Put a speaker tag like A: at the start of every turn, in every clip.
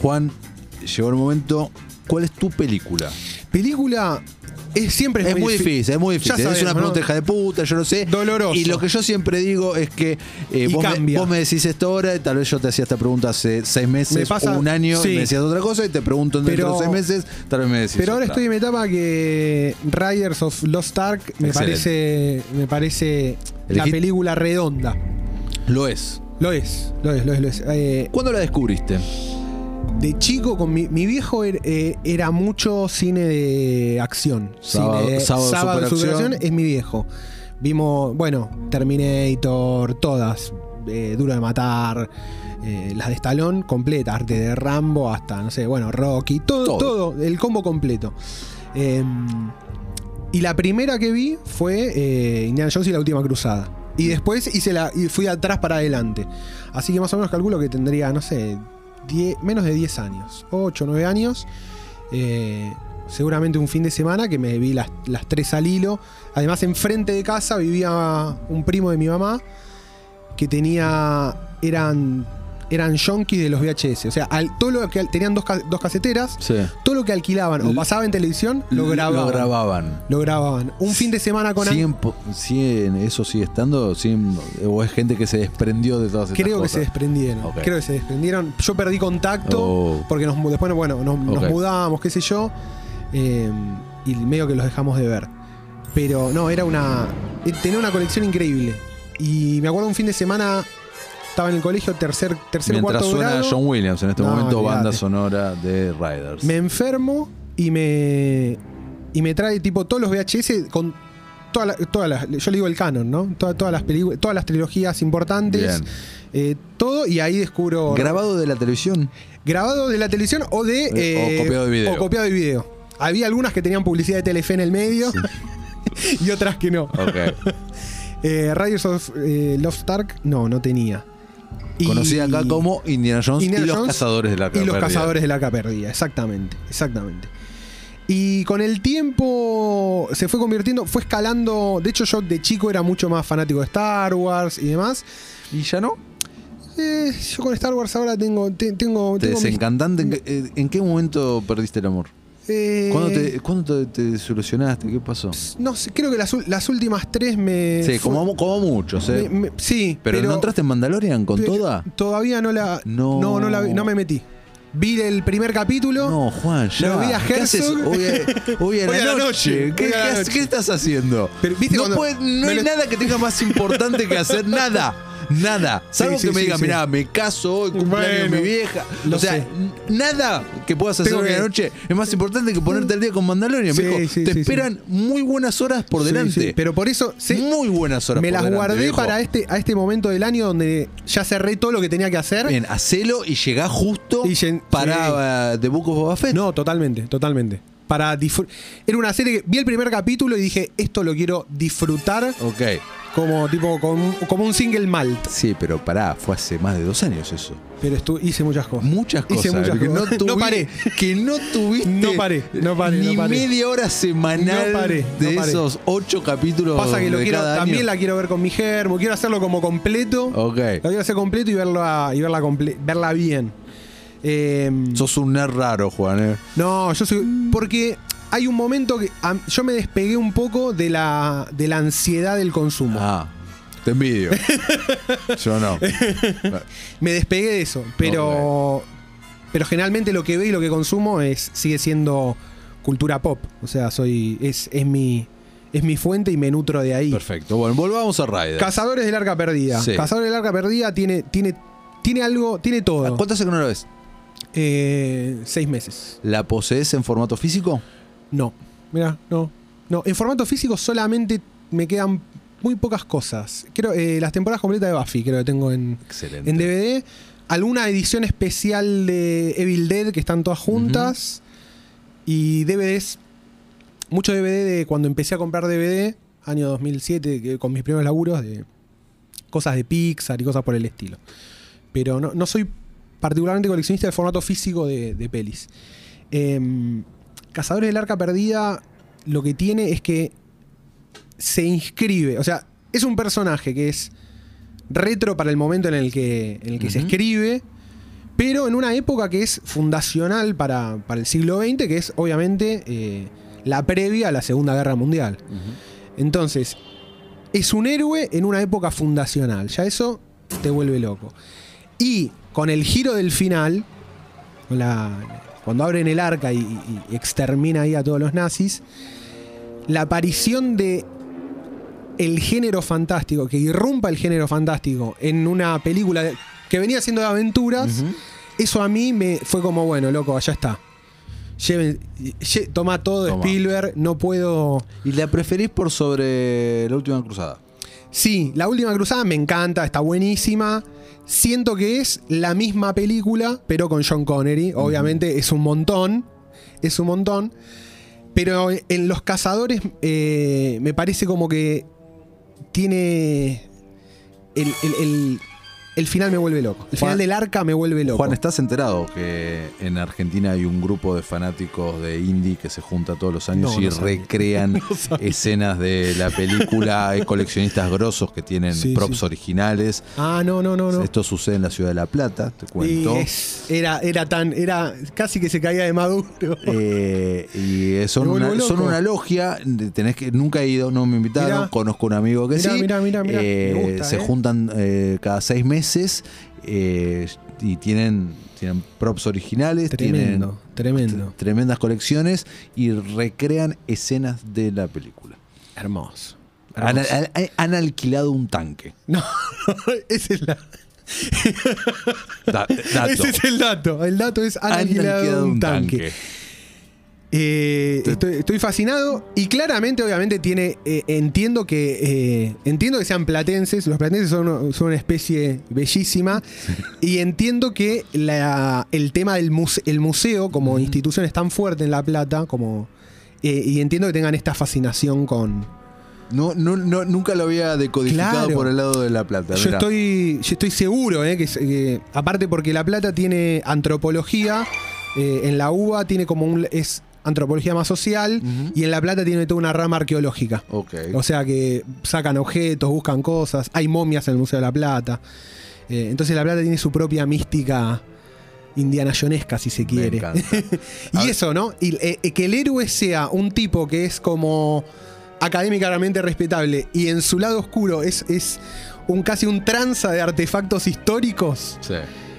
A: Juan, llegó el momento. ¿Cuál es tu película?
B: Película es siempre
A: Es, muy, difícil, es muy difícil.
B: Ya
A: es una
B: sabemos, ¿no?
A: pregunta hija de puta, yo no sé.
B: Doloroso.
A: Y lo que yo siempre digo es que eh,
B: Y
A: vos, me,
B: cambia.
A: vos me decís esto ahora, y tal vez yo te hacía esta pregunta hace seis meses
B: Me pasa-
A: o un año
B: sí.
A: y me decías otra cosa y te pregunto dentro
B: Pero-
A: de seis meses, tal vez me decís.
B: Pero ahora
A: otra.
B: estoy en mi etapa que Riders of Lost Ark me
A: Excelente.
B: parece, me parece la
A: Elegí-
B: película redonda.
A: Lo es.
B: Lo es, lo es, lo es, lo es. Eh,
A: ¿Cuándo la descubriste?
B: de chico, con mi, mi viejo er- eh, era mucho cine de acción.
A: Sábado-
B: cine de-
A: sábado de
B: de
A: superacción.
B: superacción es mi viejo. Vimos, bueno, Terminator, todas. eh, Duro de matar. eh, las de Stallone completas, arte de Rambo hasta, no sé, bueno, Rocky, todo,
A: Todo.
B: todo, el combo completo. Em, Y la primera que vi fue eh, Indiana Jones y la última cruzada. Y después hice la, y fui de atrás para adelante. Así que más o menos calculo que tendría, no sé, 10 menos de 10 años. 8, 9 años. Eh, seguramente un fin de semana que me vi las, las tres al hilo. Además, enfrente de casa vivía un primo de mi mamá que tenía. eran. eran yonkis de los VHS. O sea, al- todo lo que al- tenían dos, ca- dos caseteras,
A: Sí.
B: todo lo que alquilaban o pasaba en televisión, lo grababan.
A: Lo grababan.
B: Lo grababan. Un fin de semana con
A: ¿Siguen po- siguen- ¿Eso sigue estando? ¿Siguen- ¿O es gente que se desprendió de todas estas
B: Creo que se
A: cosas?
B: desprendieron.
A: Ok.
B: Creo que se desprendieron. Yo perdí contacto
A: Oh.
B: porque nos, mu- después, bueno, nos, nos
A: Ok.
B: mudamos, qué sé yo. eh, y medio que los dejamos de ver. Pero no, era una. eh, Tenía una colección increíble. Y me acuerdo un fin de semana. Estaba en el colegio, tercer, tercer
A: Mientras
B: cuarto
A: suena
B: grado.
A: John Williams en este
B: No,
A: momento,
B: olvídate.
A: banda sonora de Riders.
B: Me enfermo y me. Y me trae tipo todos los VHS con. Todas las, todas las- yo le digo el canon, ¿no? Todas, todas las películas, todas las trilogías importantes,
A: Bien.
B: eh, todo, y ahí descubro.
A: Grabado de la televisión.
B: grabado de la televisión o de.
A: Eh, o copiado de video.
B: o copiado de video. Había algunas que tenían publicidad de Telefe en el medio y otras que no.
A: Ah. Ok.
B: Eh, Riders of eh, Love Stark, no, no tenía. Y-
A: Conocida acá como Indiana Jones
B: Indiana
A: y los
B: Jones
A: cazadores de la
B: y los
A: Perdida.
B: cazadores de la perdida, exactamente, exactamente. Y con el tiempo se fue convirtiendo, fue escalando. De hecho, yo de chico era mucho más fanático de Star Wars y demás.
A: ¿Y ya no?
B: Eh, yo con Star Wars ahora tengo. te- tengo,
A: ¿Te
B: tengo mis-
A: desencantaste? ¿En qué- eh, ¿En qué momento perdiste el amor?
B: eh,
A: ¿Cuándo te, cuándo te, te desilusionaste? ¿Qué pasó?
B: No sé, creo que las, ul- las últimas tres me.
A: Sí,
B: eh, fue-
A: como, mu- como muchos,
B: me-
A: ¿eh?
B: me- sí,
A: pero, no entraste en Mandalorian con
B: pero
A: toda?
B: Todavía no la.
A: No.
B: No, no, la vi- no me metí. Vi el primer capítulo.
A: No, Juan, ya.
B: Lo vi a
A: ¿Qué haces
B: Herzog.
A: hoy a, hoy a la, noche? ¿Qué,
B: hoy a la
A: qué has-
B: noche.
A: qué estás haciendo?
B: Pero, ¿viste
A: no
B: cuando-
A: puede- no
B: me
A: hay
B: lo-
A: nada que tenga más importante que hacer. Nada. Nada. Salvo
B: sí,
A: que me
B: sí,
A: digan,
B: sí.
A: mirá, me caso hoy, cumpleaños
B: Bueno,
A: de mi vieja. O
B: lo
A: sea,
B: sé.
A: n- nada que puedas hacer
B: Tengo
A: hoy a la
B: que-
A: noche es más importante que ponerte al día con Mandalorian.
B: Sí,
A: viejo.
B: sí,
A: te
B: sí, sí.
A: esperan muy buenas horas por
B: Sí,
A: delante.
B: sí, pero por eso. sí,
A: muy buenas horas
B: Me
A: por
B: las
A: delante,
B: guardé
A: viejo.
B: para este, a este momento del año donde ya cerré todo lo que tenía que hacer.
A: Bien, hacelo y llegá justo
B: Y llen-
A: para eh, The Book of Boba Fett.
B: No, totalmente, totalmente. Para disfr- Era una serie que vi el primer capítulo y dije, esto lo quiero disfrutar
A: Ok.
B: como tipo como, como un single malt.
A: Sí, pero pará, fue hace más de dos años eso.
B: Pero estu- hice muchas cosas.
A: Muchas
B: Hice
A: cosas.
B: muchas
A: que
B: cosas.
A: No, tuvi-
B: No paré.
A: Que no tuviste.
B: No paré, no paré,
A: Ni
B: no paré.
A: media hora semanal
B: No paré, no
A: de
B: paré.
A: esos ocho capítulos.
B: Pasa que lo
A: de
B: quiero,
A: cada año.
B: también la quiero ver con mi germo, quiero hacerlo como completo. La
A: Ok.
B: quiero hacer completo y verla, y verla, comple- verla bien. Em,
A: Sos un nerd raro, Juan. ¿eh?
B: No, yo soy. Porque hay un momento que am- yo me despegué un poco de la, de la ansiedad del consumo.
A: Ah, te envidio. Yo no.
B: Me despegué de eso. Pero. Pero generalmente lo que veo y lo que consumo es. sigue siendo cultura pop. O sea, soy. es, es mi. Es mi fuente y me nutro de ahí.
A: Perfecto. Bueno, volvamos a Raider.
B: Cazadores del Arca Perdida.
A: Sí.
B: Cazadores del Arca Perdida tiene. tiene. tiene algo. tiene todo.
A: ¿Cuánto hace que no lo ves?
B: Eh, seis meses.
A: ¿La posees en formato físico?
B: No. Mira, no. No, en formato físico solamente me quedan muy pocas cosas. Creo eh, las temporadas completas de Buffy, creo que tengo en,
A: Excelente.
B: en DVD. Alguna edición especial de Evil Dead que están todas juntas. Y DVDs. Mucho DVD de cuando empecé a comprar DVD, año 2007, que- con mis primeros laburos, de cosas de Pixar y cosas por el estilo. Pero no, no soy particularmente coleccionista de formato físico de, de pelis. Em, Cazadores del Arca Perdida lo que tiene es que se inscribe. O sea, es un personaje que es retro para el momento en el que, en el que se
A: Ujú.
B: escribe, Pero en una época que es fundacional para, para el siglo XX, que es obviamente eh, la previa a la Segunda Guerra Mundial. Entonces, es un héroe en una época fundacional. Ya eso te vuelve loco. Y con el giro del final, con la- cuando abren el arca y, y- y extermina ahí a todos los nazis, la aparición de el género fantástico, que irrumpa el género fantástico en una película de- que venía siendo de aventuras, eso a mí me fue como, bueno, loco, allá está. Lleven, lle- toma todo
A: Toma.
B: Spielberg, no puedo...
A: ¿Y la preferís por sobre la última cruzada?
B: Sí, La Última Cruzada me encanta, está buenísima. Siento que es la misma película, pero con John Connery. Obviamente es un montón, es un montón. Pero en Los Cazadores eh, me parece como que tiene... El, el- el- el final me vuelve loco. El
A: Juan-
B: final del arca me vuelve loco.
A: Juan, ¿estás enterado que en Argentina hay un grupo de fanáticos de indie que se junta todos los años
B: No,
A: y
B: no sabía.
A: recrean escenas de la película? Hay coleccionistas grosos que tienen
B: Sí,
A: props
B: sí.
A: originales.
B: Ah, no, no, no, no.
A: Esto sucede en la ciudad de La Plata, te
B: Y
A: cuento.
B: es- era, era tan... Era casi que se caía de maduro.
A: Eh, y eh, son
B: Me vuelvo
A: una, son
B: loco.
A: una logia, tenés que, nunca he ido, no me invitaron,
B: Mirá.
A: conozco un amigo que
B: Mirá,
A: sí.
B: mirá, mirá, mirá.
A: Eh,
B: Me gusta,
A: se
B: eh.
A: juntan eh, cada seis meses eh, y tienen, tienen props originales,
B: Tremendo,
A: tienen
B: tremendo.
A: t- tremendas colecciones y recrean escenas de la película.
B: Hermoso.
A: Han,
B: hermoso.
A: han- han alquilado un tanque.
B: No, ese es, la-
A: Da- dato.
B: ese es el dato. El dato es han
A: Han
B: alquilado un tanque. Eh, estoy, estoy fascinado y claramente, obviamente, tiene. eh, entiendo que eh, entiendo que sean platenses. Los platenses son, una- son una especie bellísima y entiendo que la- el tema del muse- el museo como institución es tan fuerte en La Plata como eh, y entiendo que tengan esta fascinación con,
A: No, no, no, nunca lo había decodificado
B: Claro.
A: por el lado de la plata.
B: Yo
A: mirá.
B: estoy, yo estoy seguro, eh, que, es- que- aparte porque La Plata tiene antropología, eh, en la UBA tiene como un, es antropología más social
A: Ujú.
B: y en La Plata tiene toda una rama arqueológica.
A: Ok.
B: O sea que sacan objetos, buscan cosas, hay momias en el Museo de La Plata. Eh, entonces La Plata tiene su propia mística indianayonesca, si se
A: Me
B: quiere.
A: encanta. A
B: Y
A: ver.
B: eso, ¿no? Y, eh, eh, que el héroe sea un tipo que es como académicamente respetable y en su lado oscuro es, es un casi un tranza de artefactos históricos,
A: Sí.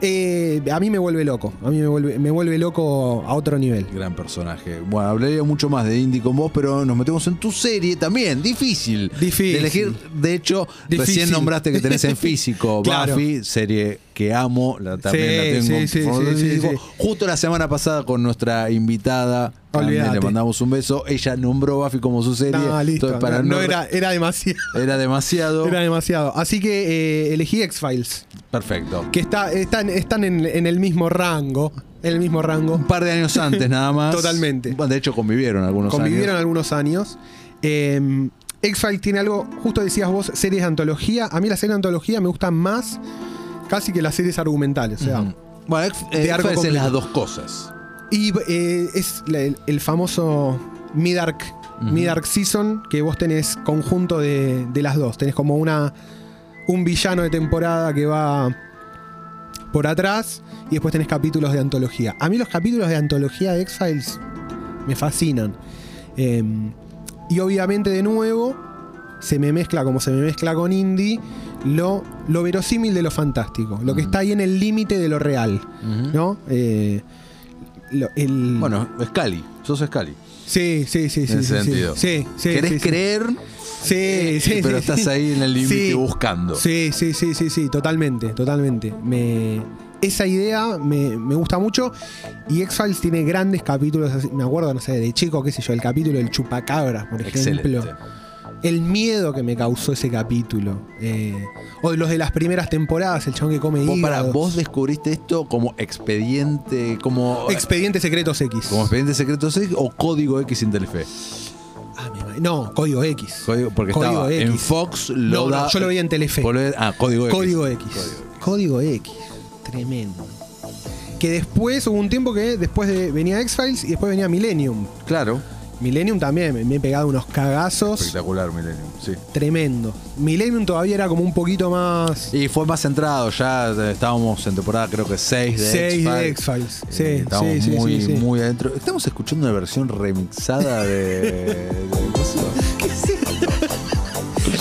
B: eh, a mí me vuelve loco. A mí me vuelve, me vuelve loco a otro nivel.
A: Gran personaje. Bueno, hablaría mucho más de Indy con vos, pero nos metemos en tu serie también. Difícil.
B: Difícil.
A: De elegir. De hecho,
B: Difícil.
A: recién nombraste que tenés en físico
B: Claro.
A: Buffy, serie que amo. La, también
B: Sí,
A: la tengo
B: sí,
A: en
B: sí,
A: formato
B: sí, sí,
A: físico.
B: sí.
A: Justo la semana pasada con nuestra invitada. Cande, Le
B: Olvídate.
A: mandamos un beso. Ella nombró Buffy como su serie.
B: No, listo.
A: Entonces, para
B: no,
A: no,
B: no era, era demasiado.
A: era demasiado.
B: Era demasiado. Así que eh, elegí X-Files,
A: Perfecto.
B: que está, están, están en, en el mismo rango. En el mismo rango.
A: Un par de años antes nada más.
B: Totalmente.
A: Bueno, De hecho, convivieron algunos
B: convivieron
A: años.
B: algunos años. Eh, X-Files tiene algo, justo decías vos, series de antología. A mí las series de antología me gustan más casi que las series argumentales. O sea,
A: Ujú. Bueno, ex-
B: De
A: eh,
B: arco
A: X-Files es
B: completo.
A: las dos cosas.
B: Y eh, es la- el, el famoso Midark,
A: Ujú.
B: Midark Season, que vos tenés conjunto de, de las dos. Tenés como una un villano de temporada que va por atrás y después tenés capítulos de antología. A mí los capítulos de antología de X-Files me fascinan. Eh, y obviamente de nuevo se me mezcla como se me mezcla con Indie lo, lo verosímil de lo fantástico, lo que
A: Ujú.
B: está ahí en el límite de lo real.
A: Ujú.
B: ¿no? Eh, lo- el-
A: Bueno, Scali, sos Scali.
B: sí, sí, sí, sí.
A: en
B: sí,
A: ese
B: sí.
A: sentido.
B: Sí, sí,
A: ¿Querés
B: sí, sí.
A: creer? Eh,
B: Sí, sí,
A: pero
B: sí,
A: estás
B: sí.
A: ahí en el límite
B: Sí.
A: buscando.
B: Sí, sí, sí, sí, sí, totalmente, totalmente. Me, esa idea me, me gusta mucho. Y X-Files tiene grandes capítulos, así- me acuerdo, no sé, de chico, qué sé yo, el capítulo del chupacabras, por
A: Excelente.
B: ejemplo. El miedo que me causó ese capítulo. eh, o de los de las primeras temporadas, el chabón que come
A: Vos, para,
B: hígados.
A: vos descubriste esto como expediente, como,
B: Expedientes secretos X.
A: como expediente secreto X o código X Interfe.
B: Ah, mi madre. no, código X.
A: Código, porque
B: Código
A: estaba
B: X.
A: en Fox,
B: No,
A: lo
B: no,
A: da-
B: yo lo veía en Telefe.
A: Vos lo veías- Ah, código X.
B: Código X. Código X. Tremendo. Que después hubo un tiempo que después de, venía X-Files y después venía Millennium.
A: Claro.
B: Millennium también, me, me he pegado unos cagazos
A: Espectacular, Millennium, sí.
B: tremendo. Millennium todavía era como un poquito más
A: Y fue más centrado, ya eh, estábamos en temporada creo que 6 de
B: Seis
A: X-Files.
B: de X-Files.
A: Eh,
B: Sí,
A: estábamos
B: sí, sí,
A: muy,
B: sí, sí.
A: muy adentro. Estamos escuchando una versión remixada de. de-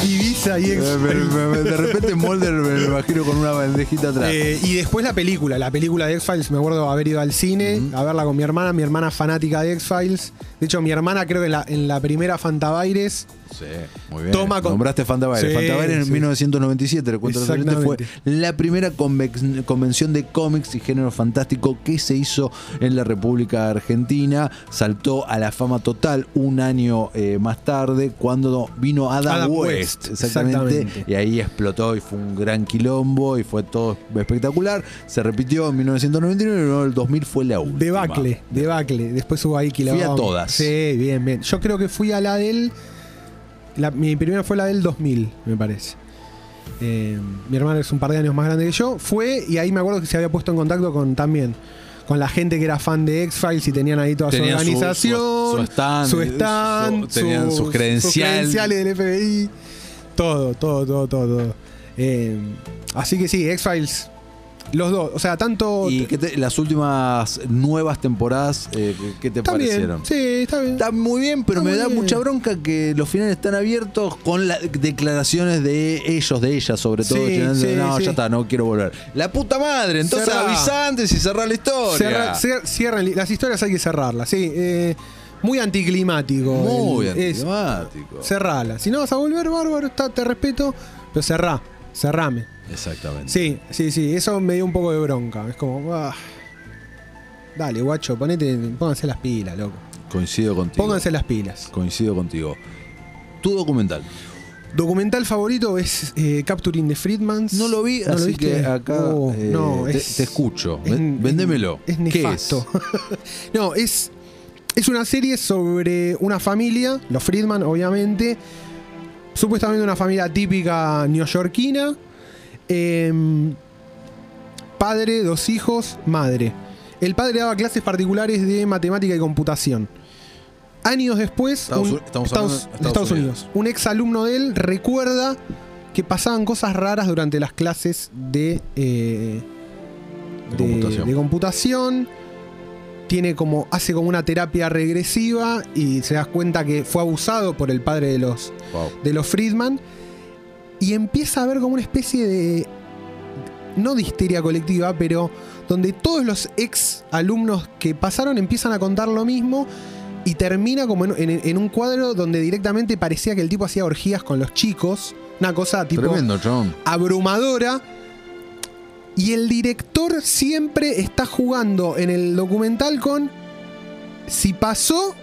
B: Ibiza y
A: Eh, Me-
B: X-Files.
A: me- me- de repente Molder me lo imagino con una bandejita atrás.
B: Eh, y después la película, la película de X-Files, me acuerdo haber ido al cine a verla con mi hermana, mi hermana fanática de X-Files. De hecho, mi hermana creo que en la, en la primera Fantabaires
A: sí, muy bien.
B: toma con-
A: Nombraste Fantabaires.
B: Sí,
A: Fantabaires en
B: sí.
A: 1997, le cuento a los oyentes, fue
B: Exactamente.
A: la primera convex- convención de cómics y género fantástico que se hizo en la República Argentina. Saltó a la fama total un año eh, más tarde cuando vino Adam,
B: Adam
A: West.
B: West,
A: exactamente.
B: exactamente.
A: Y ahí explotó y fue un gran quilombo y fue todo espectacular. Se repitió en 1999 y luego el 2000 fue la última.
B: debacle, debacle. Después hubo ahí
A: a
B: quilombo.
A: todas.
B: Sí, bien, bien. Yo creo que fui a la del. la- mi primera fue la del 2000, me parece. Eh, mi hermano es un par de años más grande que yo. Fue y ahí me acuerdo que se había puesto en contacto con también. Con la gente que era fan de X-Files y tenían ahí toda
A: Tenían su-
B: su
A: su-
B: organización.
A: su stand,
B: su stand,
A: su- tenían sus credenciales.
B: credenciales del FBI. Todo, todo, todo, todo. todo. Eh, así que sí, X-Files. Los dos. O sea, tanto.
A: ¿Y qué te- las últimas nuevas temporadas, eh, qué te
B: Está bien,
A: parecieron?
B: Sí, está bien.
A: Está muy bien, pero
B: Está
A: me
B: muy
A: da
B: bien.
A: mucha bronca que los finales están abiertos con las declaraciones de ellos, de ella, sobre todo.
B: Sí,
A: llenando-
B: sí,
A: no,
B: sí.
A: ya está, no quiero volver. La puta madre, entonces
B: Cerrá.
A: avisa antes y cerrar la historia.
B: Cierra- cier- cierren- las historias hay que cerrarlas, sí. eh, muy anticlimático.
A: muy
B: el- es-
A: anticlimático.
B: Cerrala. Si no vas a volver, bárbaro, está, te respeto, pero cerrá, cerrame.
A: Exactamente.
B: Sí, sí, sí, eso me dio un poco de bronca. Es como, ah, dale, guacho, ponete, pónganse las pilas, loco.
A: Coincido contigo.
B: Pónganse las pilas.
A: Coincido contigo. Tu documental.
B: Documental favorito es eh, Capturing the Friedmans.
A: No lo vi,
B: ¿No
A: así
B: viste?
A: que acá
B: Oh,
A: eh,
B: no,
A: te,
B: es-
A: te escucho.
B: es-
A: Ven- Vendémelo.
B: Es
A: ¿Qué
B: nefasto. no, es, es una serie sobre una familia, los Friedman, obviamente. Supuestamente una familia típica neoyorquina. em, padre, dos hijos, madre. El padre daba clases particulares de matemática y computación. Años después,
A: Estados
B: un-
A: Uni- estamos
B: Estados,
A: hablando de Estados
B: Estados
A: Unidos.
B: Unidos. Un ex alumno de él recuerda que pasaban cosas raras durante las clases de, eh,
A: De
B: de,
A: computación.
B: de computación. Tiene como, hace como una terapia regresiva y se das cuenta que fue abusado por el padre de los,
A: Wow.
B: de los Friedman. Y empieza a haber como una especie de. No de histeria colectiva, pero donde todos los ex alumnos que pasaron empiezan a contar lo mismo y termina como en, en- en un cuadro donde directamente parecía que el tipo hacía orgías con los chicos. Una cosa tipo
A: Tremendo, John.
B: abrumadora. Y el director siempre está jugando en el documental con si pasó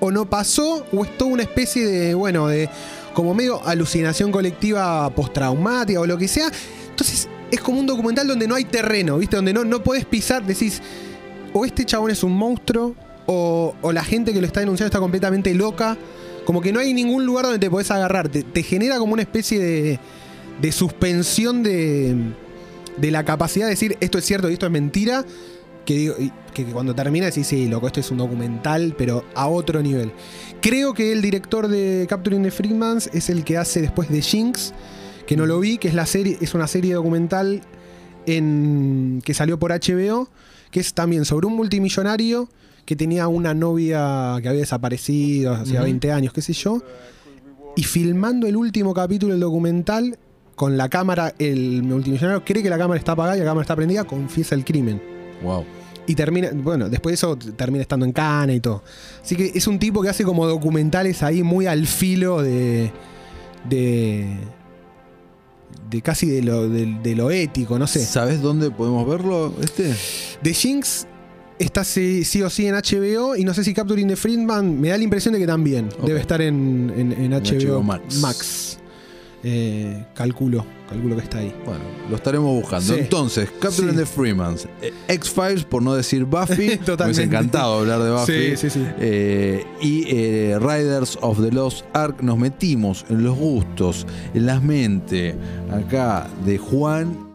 B: o no pasó, o es toda una especie de, bueno, de como medio alucinación colectiva postraumática o lo que sea. Entonces es como un documental donde no hay terreno, ¿viste? Donde no, no podés pisar, decís, o este chabón es un monstruo, o, o la gente que lo está denunciando está completamente loca. Como que no hay ningún lugar donde te podés agarrar. Te, te genera como una especie de, de suspensión de, de la capacidad de decir esto es cierto y esto es mentira. Que, digo, y- que cuando termina decís, sí, loco, esto es un documental, pero a otro nivel. Creo que el director de Capturing the Freemans es el que hace después de Jinx, que no lo vi, que es, la serie, es una serie documental en, que salió por HBO, que es también sobre un multimillonario que tenía una novia que había desaparecido hacía 20 años, qué sé yo, y filmando el último capítulo del documental con la cámara, el multimillonario cree que la cámara está apagada y la cámara está prendida, confiesa el crimen.
A: Wow.
B: Y termina, bueno, después de eso t- termina estando en cana y todo. Así que es un tipo que hace como documentales ahí muy al filo de. de. de casi de lo, de, de lo ético, no sé.
A: ¿Sabes dónde podemos verlo? Este.
B: The Jinx está sí, sí o sí en HBO y no sé si Capturing the Friedman me da la impresión de que también
A: Ok.
B: debe estar en, en- en HBO,
A: HBO Max.
B: Max. Eh, calculo, calculo que está ahí.
A: Bueno, lo estaremos buscando.
B: Sí.
A: Entonces, Captain
B: Sí.
A: the Freemans, eh, X-Files, por no decir Buffy. Me hubiese
B: Totalmente.
A: encantado hablar de Buffy.
B: Sí, sí, sí.
A: Eh, y eh, Riders of the Lost Ark, nos metimos en los gustos, en las mentes, acá de Juan